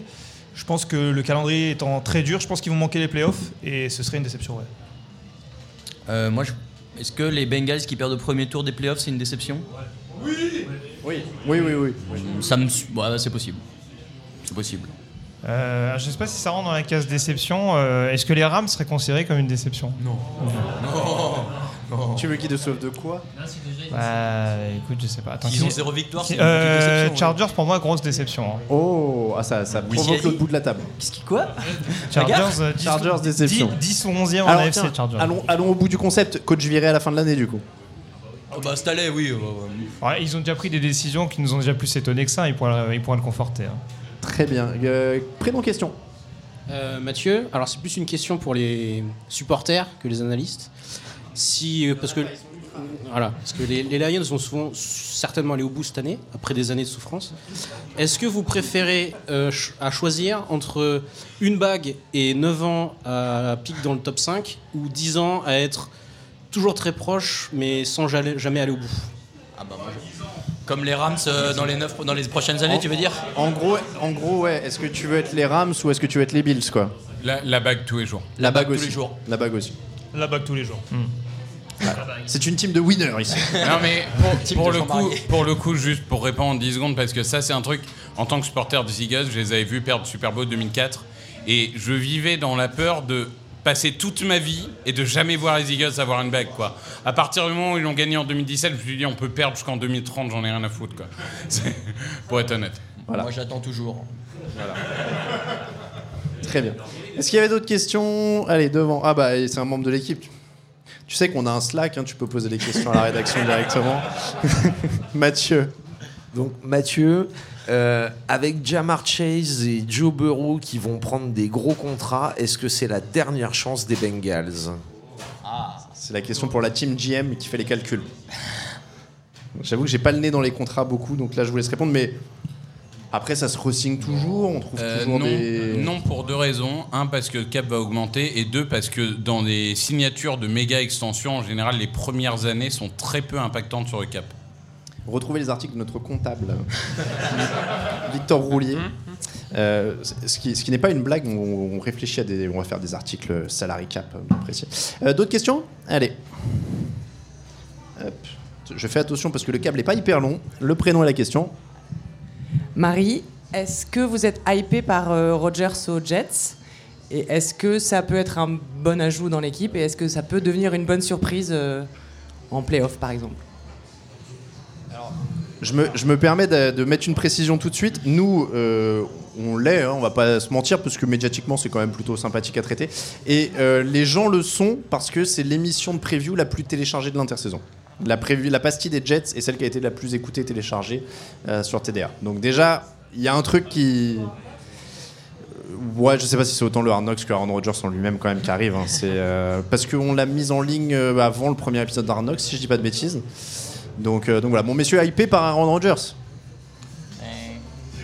Speaker 17: Je pense que le calendrier étant très dur, je pense qu'ils vont manquer les playoffs et ce serait une déception. ouais.
Speaker 18: Euh, moi, je- est-ce que les Bengals qui perdent au premier tour des playoffs, c'est une déception
Speaker 3: Oui. Oui. Oui, oui, oui.
Speaker 18: Ça me, su- ouais, c'est possible. C'est possible.
Speaker 4: Euh, je sais pas si ça rentre dans la case déception. Euh, Est-ce que les Rams seraient considérés comme une déception
Speaker 18: Non.
Speaker 3: Tu veux qu'ils te sauvent de quoi
Speaker 4: Bah, écoute, je sais pas. Attends,
Speaker 3: Ils
Speaker 4: qui-
Speaker 3: ont zéro victoire,
Speaker 4: qui-
Speaker 3: c'est une petite
Speaker 4: euh,
Speaker 3: déception, ouais.
Speaker 4: Chargers, pour moi, grosse déception. hein.
Speaker 3: Oh, ah, ça, ça provoque l'autre bout de la table.
Speaker 18: Qu'est-ce qui quoi
Speaker 4: Chargers, euh, 10
Speaker 3: Chargers déception.
Speaker 4: 10, 10 ou 11e en
Speaker 3: Alors,
Speaker 4: AFC,
Speaker 3: tiens,
Speaker 4: Chargers.
Speaker 3: Allons, allons au bout du concept. Coach viré à la fin de l'année, du coup.
Speaker 18: Ah bah, cette année, oui. euh, ouais, ouais.
Speaker 4: Ouais, ils ont déjà pris des décisions qui nous ont déjà plus étonnés que ça. Ils pourraient, ils pourraient le conforter. hein.
Speaker 3: Très bien. Euh, prénom question.
Speaker 6: Euh, Mathieu, alors c'est plus une question pour les supporters que les analystes. Si, euh, parce que, voilà, parce que les, les Lions vont souvent certainement aller au bout cette année, après des années de souffrance. Est-ce que vous préférez euh, ch- à choisir entre une bague et 9 ans à pic dans le top 5 ou 10 ans à être toujours très proche mais sans jamais jamais aller au bout
Speaker 18: Ah bah, moi, je- Comme les Rams euh, dans, les neuf, dans les prochaines
Speaker 6: Oh.
Speaker 18: années, tu veux dire
Speaker 3: En gros, en gros, ouais. Est-ce que tu veux être les Rams ou est-ce que tu veux être les Bills, quoi
Speaker 5: La, la bague tous les jours.
Speaker 3: La bague
Speaker 5: tous
Speaker 3: aussi.
Speaker 5: les jours.
Speaker 3: La bague aussi.
Speaker 17: La bague tous les jours.
Speaker 3: C'est une team de winners ici.
Speaker 5: Non mais pour, pour le coup, pour le coup, juste pour répondre en 10 secondes, parce que ça c'est un truc, en tant que supporter des Eagles, je les avais vus perdre Super Bowl 2004, et je vivais dans la peur de passer toute ma vie et de jamais voir les Eagles avoir une bague quoi. À partir du moment où ils l'ont gagné en 2017, je me suis dit on peut perdre jusqu'en 2030, j'en ai rien à foutre quoi. C'est- Pour être honnête.
Speaker 18: Moi, j'attends toujours.
Speaker 3: Très bien. Est-ce qu'il y avait d'autres questions Allez, devant. Ah bah, c'est un membre de l'équipe. Tu sais qu'on a un Slack, hein, tu peux poser des questions à la rédaction directement. Mathieu.
Speaker 19: Donc Mathieu, euh, avec Jamar Chase et Joe Burrow qui vont prendre des gros contrats, est-ce que c'est la dernière chance des Bengals
Speaker 3: Ah. C'est la question pour la team GM qui fait les calculs. J'avoue que j'ai pas le nez dans les contrats beaucoup, donc là je vous laisse répondre, mais après ça se re-signe toujours, on trouve
Speaker 5: Euh,
Speaker 3: toujours
Speaker 5: non,
Speaker 3: des.
Speaker 5: non, pour deux raisons. Un, parce que le cap va augmenter. Et deux, parce que dans les signatures de méga extensions, en général, les premières années sont très peu impactantes sur le cap.
Speaker 3: Retrouvez les articles de notre comptable, euh, Victor Roulier. Euh, ce qui, ce qui n'est pas une blague, on, on réfléchit à des. On va faire des articles salary cap, euh, bien précis. Euh, D'autres questions Allez. Hop. Je fais attention parce que le câble n'est pas hyper long. Le prénom et la question.
Speaker 13: Marie, est-ce que vous êtes hypée par euh, Rodgers aux Jets Et est-ce que ça peut être un bon ajout dans l'équipe Et est-ce que ça peut devenir une bonne surprise euh, en playoff, par exemple
Speaker 3: Je me, je me permets de, de mettre une précision tout de suite. Nous, euh, on l'est, hein, on va pas se mentir, parce que médiatiquement, c'est quand même plutôt sympathique à traiter. Et euh, les gens le sont parce que c'est l'émission de preview la plus téléchargée de l'intersaison. La, preview- la pastille des Jets est celle qui a été la plus écoutée, téléchargée euh, sur TDA. Donc déjà, il y a un truc qui... Euh, Ouais, je sais pas si c'est autant le Hard Knocks que Aaron Rodgers en lui-même quand même qui arrive. hein. C'est euh, parce qu'on l'a mise en ligne euh, avant le premier épisode d'Hard Knocks, si je dis pas de bêtises. Donc, euh, donc voilà, mon monsieur hypé par Aaron Rodgers.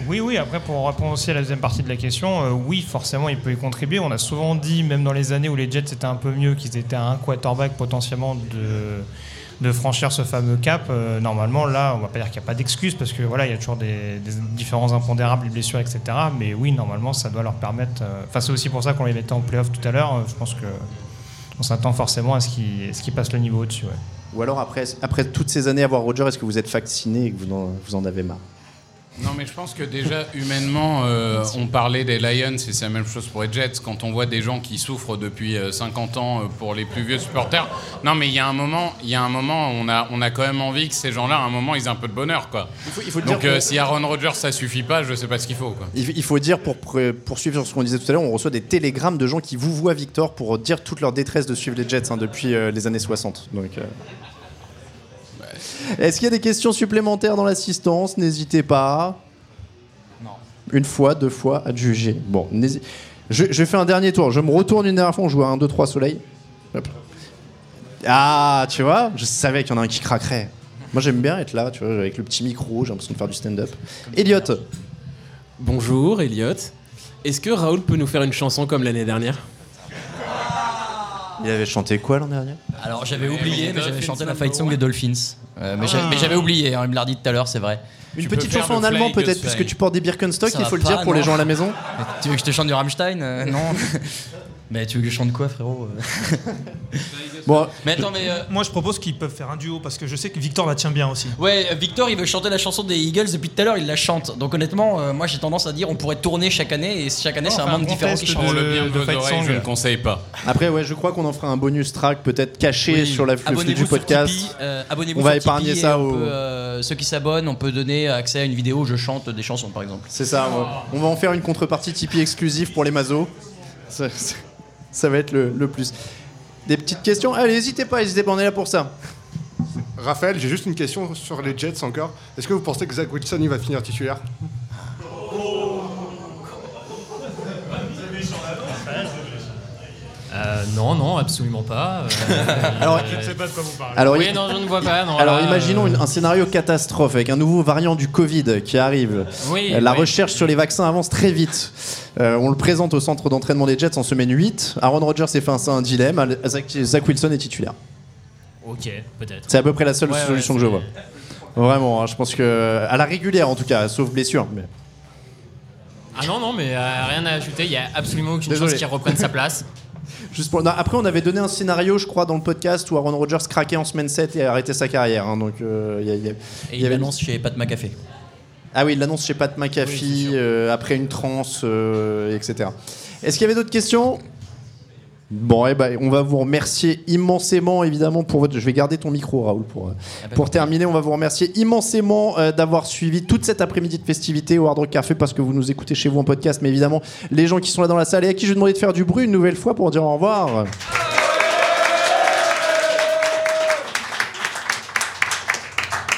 Speaker 4: Oui, oui, après pour répondre aussi à la deuxième partie de la question, euh, oui, forcément, il peut y contribuer. On a souvent dit, même dans les années où les Jets étaient un peu mieux, qu'ils étaient à un quarterback potentiellement de, de franchir ce fameux cap. Euh, normalement, là, on va pas dire qu'il n'y a pas d'excuse parce que voilà, il y a toujours des, des différents impondérables, les blessures, etc. Mais oui, normalement, ça doit leur permettre. euh, Enfin, c'est aussi pour ça qu'on les mettait en playoff tout à l'heure. Euh, je pense que
Speaker 10: on s'attend forcément à ce qu'il ce qu'il passe le niveau au-dessus. ouais.
Speaker 3: Ou alors, après, après toutes ces années à voir Roger, est-ce que vous êtes vacciné et que vous en, vous en avez marre
Speaker 5: Non, mais je pense que déjà, humainement, euh, on parlait des Lions et c'est la même chose pour les Jets. Quand on voit des gens qui souffrent depuis euh, 50 ans euh, pour les plus vieux supporters, non, mais il y a un moment, il y a un moment, on a, on a quand même envie que ces gens-là, à un moment, ils aient un peu de bonheur, quoi.
Speaker 3: il faut
Speaker 5: Donc,
Speaker 3: dire
Speaker 5: euh,
Speaker 3: que-
Speaker 5: si Aaron Rodgers, ça suffit pas, je sais pas ce qu'il faut, quoi.
Speaker 3: Il, il faut dire, pour pré- poursuivre sur ce qu'on disait tout à l'heure, on reçoit des télégrammes de gens qui vous voient, Victor, pour dire toute leur détresse de suivre les Jets hein, depuis euh, les années 60. Donc, euh. Est-ce qu'il y a des questions supplémentaires dans l'assistance N'hésitez pas. Une fois, deux fois, à juger. Bon, n'hési- je, je fais un dernier tour. Je me retourne une dernière fois. On joue à 1, 2, 3, soleil. Hop. Ah, tu vois, je savais qu'il y en a un qui craquerait. Moi, j'aime bien être là, tu vois, avec le petit micro, j'ai l'impression de faire du stand-up. Elliot
Speaker 20: Bonjour Elliot. Est-ce que Raoul peut nous faire une chanson comme l'année dernière
Speaker 3: Il avait chanté quoi l'an dernier
Speaker 21: Alors j'avais oublié, mais j'avais chanté la
Speaker 20: Dolphins
Speaker 21: fight song des Dolphins. Euh, mais j'a-
Speaker 3: Ah.
Speaker 21: mais j'avais oublié, hein, il me l'a dit tout à l'heure, c'est vrai.
Speaker 3: Une
Speaker 21: Tu
Speaker 3: petite
Speaker 21: peux faire
Speaker 3: chanson
Speaker 21: le
Speaker 3: en allemand
Speaker 21: Fly,
Speaker 3: peut-être,
Speaker 21: Goes
Speaker 3: puisque
Speaker 21: Fly.
Speaker 3: tu portes des Birkenstock,
Speaker 21: Ça
Speaker 3: il
Speaker 21: va
Speaker 3: faut le
Speaker 21: pas,
Speaker 3: dire pour les
Speaker 21: non.
Speaker 3: gens à la maison.
Speaker 21: Mais tu veux que je te chante du Rammstein Euh, Non. mais tu veux que je chante quoi, frérot euh
Speaker 3: Bon.
Speaker 21: Mais attends, mais. euh,
Speaker 4: Moi, je propose qu'ils peuvent faire un duo parce que je sais que Victor la tient bien aussi.
Speaker 21: Ouais, euh, Victor, il veut chanter la chanson des Eagles depuis tout à l'heure, il la chante. Donc honnêtement, euh, moi j'ai tendance à dire on pourrait tourner chaque année et chaque année
Speaker 5: Non,
Speaker 21: c'est un
Speaker 5: enfin,
Speaker 21: membre
Speaker 5: on
Speaker 21: différent
Speaker 5: teste
Speaker 21: qui chante.
Speaker 5: de- Pour le bien de de vos Fight oreilles, Song. je ne conseille pas.
Speaker 3: Après, ouais, je crois qu'on en fera un bonus track peut-être caché
Speaker 21: Oui.
Speaker 3: sur la le flux
Speaker 21: Abonnez-vous
Speaker 3: du
Speaker 21: sur
Speaker 3: podcast.
Speaker 21: Tipeee, euh, abonnez-vous
Speaker 3: on va
Speaker 21: sur Tipeee
Speaker 3: épargner
Speaker 21: et
Speaker 3: ça
Speaker 21: on
Speaker 3: aux.
Speaker 21: peut, euh, ceux qui s'abonnent, on peut donner accès à une vidéo où je chante des chansons par exemple.
Speaker 3: C'est ça, ouais. on va en faire une contrepartie Tipeee exclusive pour les mazos. Ça, ça- ça va être le, le plus. Des petites questions Allez, n'hésitez pas, n'hésitez pas, on est là pour ça.
Speaker 22: Raphaël, j'ai juste une question sur les Jets encore. Est-ce que vous pensez que Zach Wilson il va finir titulaire
Speaker 8: Euh, non, non, absolument pas. Euh,
Speaker 3: Alors,
Speaker 10: Je ne sais pas de quoi vous parlez.
Speaker 3: Alors,
Speaker 8: oui,
Speaker 3: il-
Speaker 8: non, je ne vois pas. non,
Speaker 3: Alors
Speaker 8: là,
Speaker 3: imaginons
Speaker 8: euh,
Speaker 3: une- un scénario catastrophe avec un nouveau variant du Covid qui arrive.
Speaker 8: Oui,
Speaker 3: Euh, La
Speaker 8: oui.
Speaker 3: recherche sur les vaccins avance très vite. Euh, on le présente au centre d'entraînement des Jets en semaine 8. Aaron Rodgers s'est fait un, un dilemme. Al- Zach, Zach Wilson est titulaire.
Speaker 8: Ok, peut-être.
Speaker 3: C'est à peu près la seule
Speaker 8: Ouais,
Speaker 3: solution que je vois. Vraiment, hein, je pense que à la régulière en tout cas, sauf blessure. mais-
Speaker 8: Ah non, non, mais euh, rien à ajouter. Il n'y a absolument aucune
Speaker 3: Désolé.
Speaker 8: chance qu'il reprenne sa place.
Speaker 3: Juste pour- non, après, on avait donné un scénario, je crois, dans le podcast où Aaron Rodgers craquait en semaine 7 et arrêtait sa carrière. hein, donc, euh, il y a- il y a-
Speaker 21: Et
Speaker 3: il y
Speaker 21: il
Speaker 3: avait
Speaker 21: annonce chez Pat McAfee.
Speaker 3: Ah oui, il l'annonce chez Pat McAfee euh, après une transe, euh, etc. Est-ce qu'il y avait d'autres questions Bon, eh ben, on va vous remercier immensément, évidemment, pour votre. Je vais garder ton micro, Raoul, pour, euh, pour terminer. On va vous remercier immensément euh, d'avoir suivi toute cette après-midi de festivité au Hard Rock Café parce que vous nous écoutez chez vous en podcast, mais évidemment, les gens qui sont là dans la salle et à qui je vais demander de faire du bruit une nouvelle fois pour dire au revoir.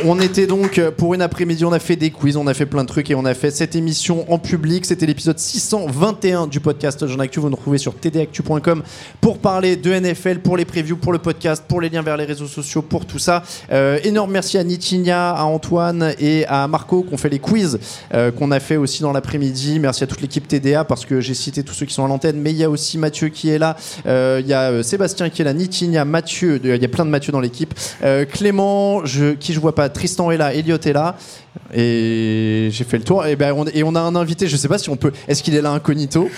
Speaker 3: On était donc euh, pour une après-midi, on a fait des quiz, on a fait plein de trucs et on a fait cette émission en public. C'était l'épisode 621 du podcast Jean Actu. Vous nous retrouvez sur tdactu.com pour parler de NFL, pour les previews, pour le podcast, pour les liens vers les réseaux sociaux, pour tout ça. Euh, énorme merci à Nitinia, à Antoine et à Marco qui ont fait les quiz euh, qu'on a fait aussi dans l'après-midi. Merci à toute l'équipe TDA parce que j'ai cité tous ceux qui sont à l'antenne, mais il y a aussi Mathieu qui est là, euh, il y a euh, Sébastien qui est là, Nitinia, Mathieu, il y a plein de Mathieu dans l'équipe, Euh, Clément, je, qui je vois pas, Tristan est là, Elliot est là, et j'ai fait le tour. Et, ben, on, et on a un invité, je sais pas si on peut, est-ce qu'il est là incognito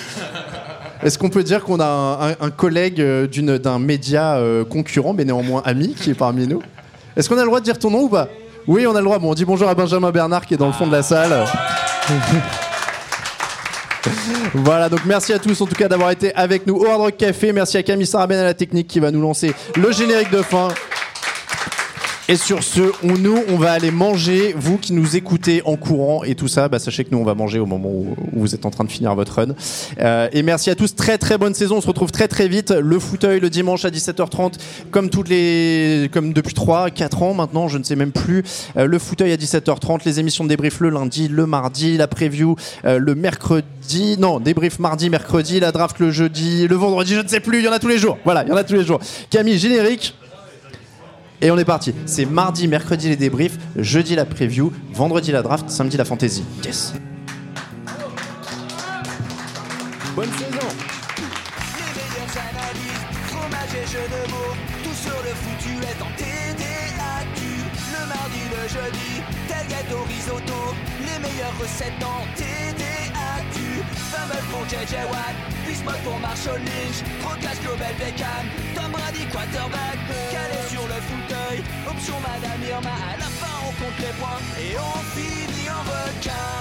Speaker 3: Est-ce qu'on peut dire qu'on a un, un- un collègue euh, d'une- d'un média euh, concurrent, mais néanmoins ami, qui est parmi nous Est-ce qu'on a le droit de dire ton nom ou pas Oui, on a le droit. Bon, on dit bonjour à Benjamin Bernard qui est dans le fond de la salle. Voilà, donc merci à tous en tout cas d'avoir été avec nous au Hard Rock Café. Merci à Camille Sarabène à la technique qui va nous lancer le générique de fin. Et sur ce, on, nous, on va aller manger. Vous qui nous écoutez en courant et tout ça, bah, sachez que nous, on va manger au moment où, où vous êtes en train de finir votre run. Euh, et merci à tous. Très, très bonne saison. On se retrouve très, très vite. Le fauteuil le dimanche à 17h30, comme toutes les, comme depuis 3, 4 ans maintenant, je ne sais même plus. Euh, le fauteuil à 17h30, les émissions de débrief le lundi, le mardi, la preview euh, le mercredi. Non, débrief mardi, mercredi, la draft le jeudi, le vendredi, je ne sais plus. Il y en a tous les jours. Voilà, il y en a tous les jours. Camille, générique. Et on est parti. C'est mardi, mercredi les débriefs, jeudi la preview, vendredi la draft, samedi la fantasy. Yes.
Speaker 2: Bonne saison
Speaker 13: Les meilleures analyses, fromage et jeux de mots, tout sur le foutu est en TDAQ. Le mardi, le jeudi, tailgate au risotto, les meilleures recettes en TDAQ. Fumble pour JJ Watt, Bismuth pour Marshall Lynch, Rocas Global Beckham, Tom quarterback calé sur le fauteuil. Option Madame Irma, à la fin on compte les points et on finit en requin.